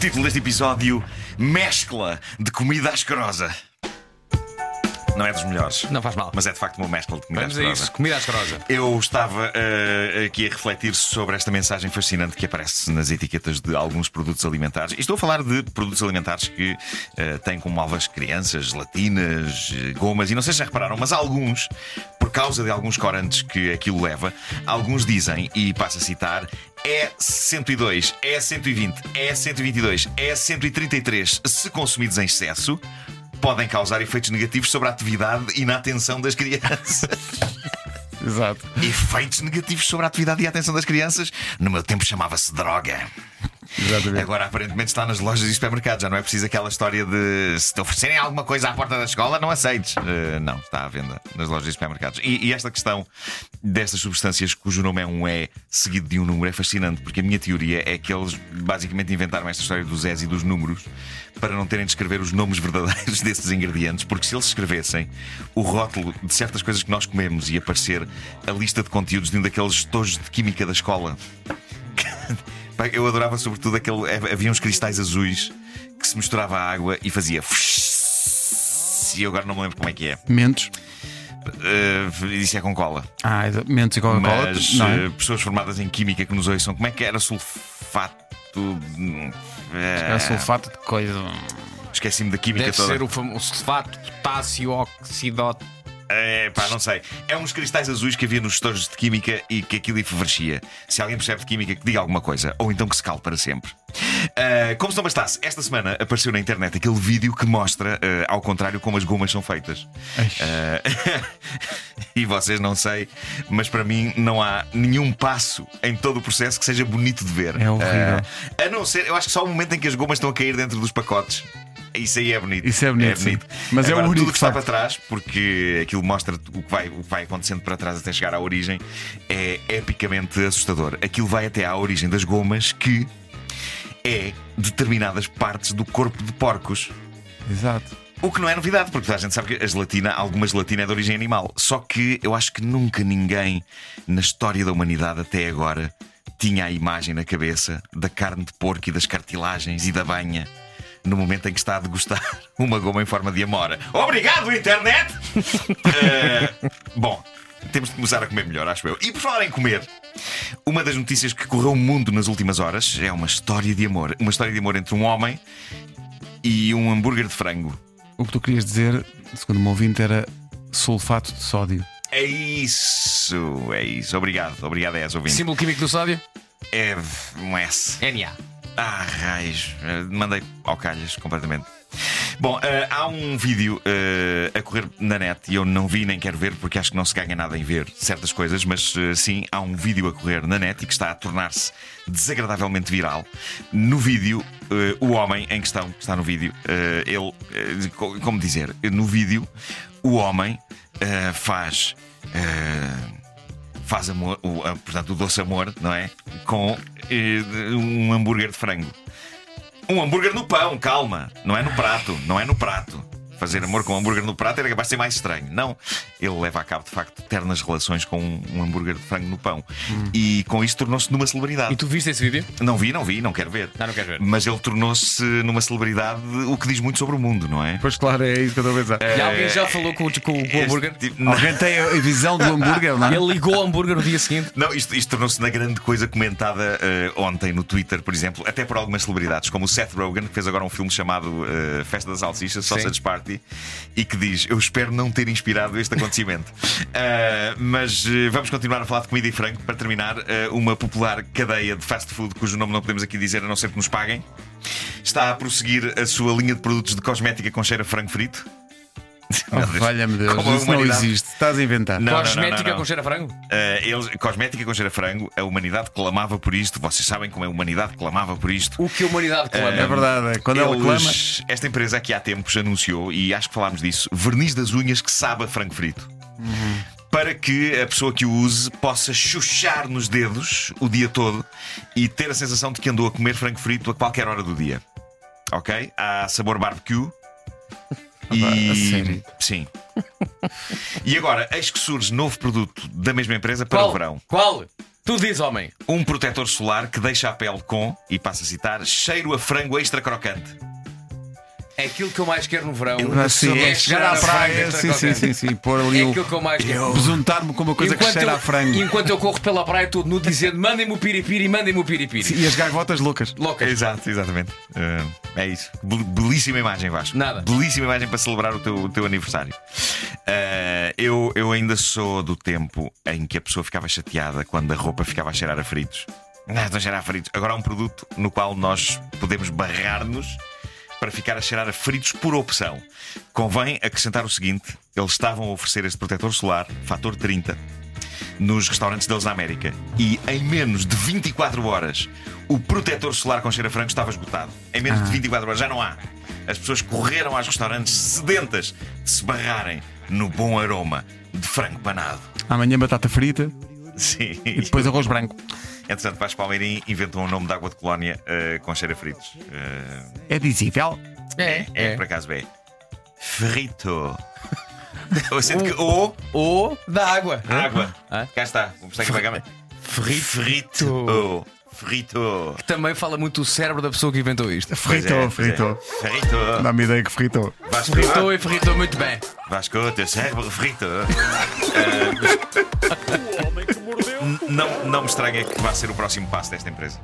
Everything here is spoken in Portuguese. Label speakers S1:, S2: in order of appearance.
S1: título deste episódio Mescla de comida asquerosa. Não é dos melhores.
S2: Não faz mal.
S1: Mas é de facto uma mescla de comida
S2: Vamos a
S1: asquerosa.
S2: isso. Comida asquerosa.
S1: Eu estava eh, aqui a refletir sobre esta mensagem fascinante que aparece nas etiquetas de alguns produtos alimentares. E estou a falar de produtos alimentares que eh, têm como alvas crianças, gelatinas, eh, gomas, e não sei se já repararam, mas alguns, por causa de alguns corantes que aquilo leva, alguns dizem, e passo a citar, é 102, é 120, é 122, é 133, se consumidos em excesso. Podem causar efeitos negativos sobre a atividade e na atenção das crianças.
S2: Exato.
S1: Efeitos negativos sobre a atividade e a atenção das crianças. No meu tempo chamava-se droga.
S2: Exatamente.
S1: Agora aparentemente está nas lojas e supermercados. Já não é preciso aquela história de se te oferecerem alguma coisa à porta da escola, não aceites. Eh, não, está à venda nas lojas e supermercados. E, e esta questão destas substâncias cujo nome é um E seguido de um número é fascinante, porque a minha teoria é que eles basicamente inventaram esta história dos E's e dos números para não terem de escrever os nomes verdadeiros desses ingredientes, porque se eles escrevessem o rótulo de certas coisas que nós comemos e aparecer a lista de conteúdos de um daqueles tojos de química da escola. Pá, Eu adorava sobretudo aquele. Havia uns cristais azuis que se misturava à água e fazia. E eu agora não me lembro como é que é.
S3: Mentos.
S1: Eh, isso é com cola.
S3: Ah, exa- mentos e Coca-Cola.
S1: Mas
S3: Não é?
S1: eh, pessoas formadas em química que nos ouçam, como é que era sulfato? Eh,
S3: É sulfato de coisa.
S1: Esqueci-me da química
S2: Deve
S1: toda.
S2: ser o, fam- o sulfato, potássio, oxidote.
S1: É, pá, não sei. É uns cristais azuis que havia nos estojos de química e que aquilo efervescia. Se alguém percebe de química, que diga alguma coisa. Ou então que se cale para sempre. Ah, como se não bastasse, esta semana apareceu na internet aquele vídeo que mostra, ah, ao contrário, como as gomas são feitas. Ah, e vocês não sei, mas para mim não há nenhum passo em todo o processo que seja bonito de ver.
S3: É horrível.
S1: Ah, a não ser, eu acho que só o momento em que as gomas estão a cair dentro dos pacotes. Isso aí é bonito.
S3: Isso é bonito, sim. Mas é
S1: Agora,
S3: o único
S1: tudo que está
S3: facto.
S1: para trás, porque aquilo mostra o que vai, o que vai acontecendo para trás até chegar à origem, é epicamente assustador. Aquilo vai até à origem das gomas, que é determinadas partes do corpo de porcos.
S3: Exato.
S1: O que não é novidade, porque toda a gente sabe que a gelatina, alguma gelatina é de origem animal. Só que eu acho que nunca ninguém na história da humanidade até agora tinha a imagem na cabeça da carne de porco e das cartilagens e da banha no momento em que está a degustar uma goma em forma de amora. Obrigado, internet! Eh, bom, temos de começar a comer melhor, acho eu. E por falar em comer, uma das notícias que correu o mundo nas últimas horas é uma história de amor. Uma história de amor entre um homem e um hambúrguer de frango.
S3: O que tu querias dizer, segundo o meu ouvinte, era sulfato de sódio.
S1: É isso, é isso. Obrigado, obrigado a essa ouvinte.
S2: Símbolo químico do sódio?
S1: É um S.
S2: Na.
S1: Ah, raios. Eh, Mandei ao calhas completamente. Bom, eh, há um vídeo eh, a correr na net e eu não vi nem quero ver porque acho que não se ganha nada em ver certas coisas, mas eh, sim, há um vídeo a correr na net e que está a tornar-se desagradavelmente viral. No vídeo, eh, o homem em questão, que está no vídeo, eh, ele, eh, co- como dizer, no vídeo, o homem eh, faz. eh, faz amor, o, a- portanto, o doce amor, não é? Com eh, de- um hambúrguer de frango. Um hambúrguer no pão, calma. Não é no prato, não é no prato. Fazer amor com um hambúrguer no prato era capaz de ser mais estranho. Não, ele leva a cabo, de facto, ternas relações com um, um hambúrguer de frango no pão. E com isso tornou-se numa celebridade.
S2: Hum. E tu viste esse vídeo?
S1: Não vi, não vi, não quero ver.
S2: Não, não quero ver.
S1: Mas ele tornou-se numa celebridade, o que diz muito sobre o mundo, não é?
S3: Pois claro, é isso que eu estou a pensar.
S2: E alguém já falou com, o- com o- com o hambúrguer?
S1: Este tipo-
S3: Alguém tem a visão do hambúrguer, não é?
S2: Ele ligou ao hambúrguer no dia seguinte.
S1: Não, isto, isto tornou-se na grande coisa comentada eh, ontem no Twitter, por exemplo, até por algumas celebridades, como o Seth Rogen, que fez agora um filme chamado eh, Festa das Salsichas, Sausage Party, e que diz: Eu espero não ter inspirado este acontecimento. Ah, mas eh, vamos continuar a falar de comida e frango para terminar. eh, uma popular cadeia de fast food, cujo nome não podemos aqui dizer a não ser que nos paguem, está a prosseguir a sua linha de produtos de cosmética com cheiro a frango frito.
S3: Oh, Valha-me Deus,
S1: Como a
S3: isso não
S1: humanidade-
S3: existe. Estás a inventar.
S1: Não, não, não,
S2: Cosmética
S1: não, não.
S2: com cheiro a frango?
S1: Uh, eles- cosmética com cheiro a frango, a humanidade clamava por isto, vocês sabem como é a humanidade clamava por isto.
S2: O que a humanidade clama.
S3: É verdade, é. quando ela clama.
S1: Eles- Esta empresa aqui há tempos anunciou, e acho que falámos disso, verniz das unhas que sabe a frango frito. Para que a pessoa que o use possa chuchar nos dedos o dia todo e ter a sensação de que andou a comer frango frito a qualquer hora do dia. Ok? Há sabor barbecue.
S3: a
S1: E...
S3: sério?
S1: Sim. E agora, eis que surge novo produto da mesma empresa para
S2: Qual?
S1: o verão.
S2: Qual? Tu diz, homem.
S1: Um protetor solar que deixa a pele com, e passo a citar, cheiro a frango extra crocante.
S2: É aquilo que eu mais quero no verão.
S3: Ah, sim,
S2: é
S3: é chegar à
S2: chegar à
S3: praia,
S2: praia,
S3: sim, sim, sim, sim, pôr ali
S2: É
S3: o.
S2: aquilo que eu mais quero.
S3: Besuntar-me com uma coisa que cheira a frango.
S2: eu, enquanto eu corro pela praia, todo nu dizendo mandem-me o piripiri, mandem-me o piripiri.
S3: E as gaivotas loucas.
S2: Loucas.
S1: Exato, exatamente. Eh, é isso. Bel- Belíssima imagem, Vasco.
S2: Nada.
S1: Belíssima imagem para celebrar o teu, o teu aniversário. Eh, eu, eu ainda sou do tempo em que a pessoa ficava chateada quando a roupa ficava a cheirar a fritos. Não, estão a cheirar a fritos. Agora há um produto no qual nós podemos barrar-nos para ficar a cheirar a fritos por opção. Convém acrescentar o seguinte: eles estavam a oferecer este protetor solar, fator 30, nos restaurantes deles na América. E em menos de 24 horas, o protetor solar com cheiro a frango estava esgotado. Em menos de 24 horas, já não há. As pessoas correram aos restaurantes sedentas de se barrarem no bom aroma de frango panado.
S3: Amanhã batata frita
S1: Sim.
S3: e depois arroz branco.
S1: Entretanto, Vasco Palmeirim inventou um nome de água de colónia eh, com cheiro a fritos. Eh,
S3: É dizível.
S2: É,
S1: é, por acaso é. Frito. Eu sinto que o
S2: Ou da água.
S1: água.
S2: Ah.
S1: Cá está. Vamos estar aqui para a cama. Frito. Frito.
S2: Também fala muito o cérebro da pessoa que inventou isto.
S1: Pois é,
S3: Fritou, fritou.
S1: pois é. Frito.
S3: Dá-me ideia que fritou.
S1: Vasco,
S2: Fritou e fritou muito bem.
S1: Vasco, teu cérebro Eh, frito.
S4: O homem que mordeu.
S1: Não, não me estranha que vá ser o próximo passo desta empresa.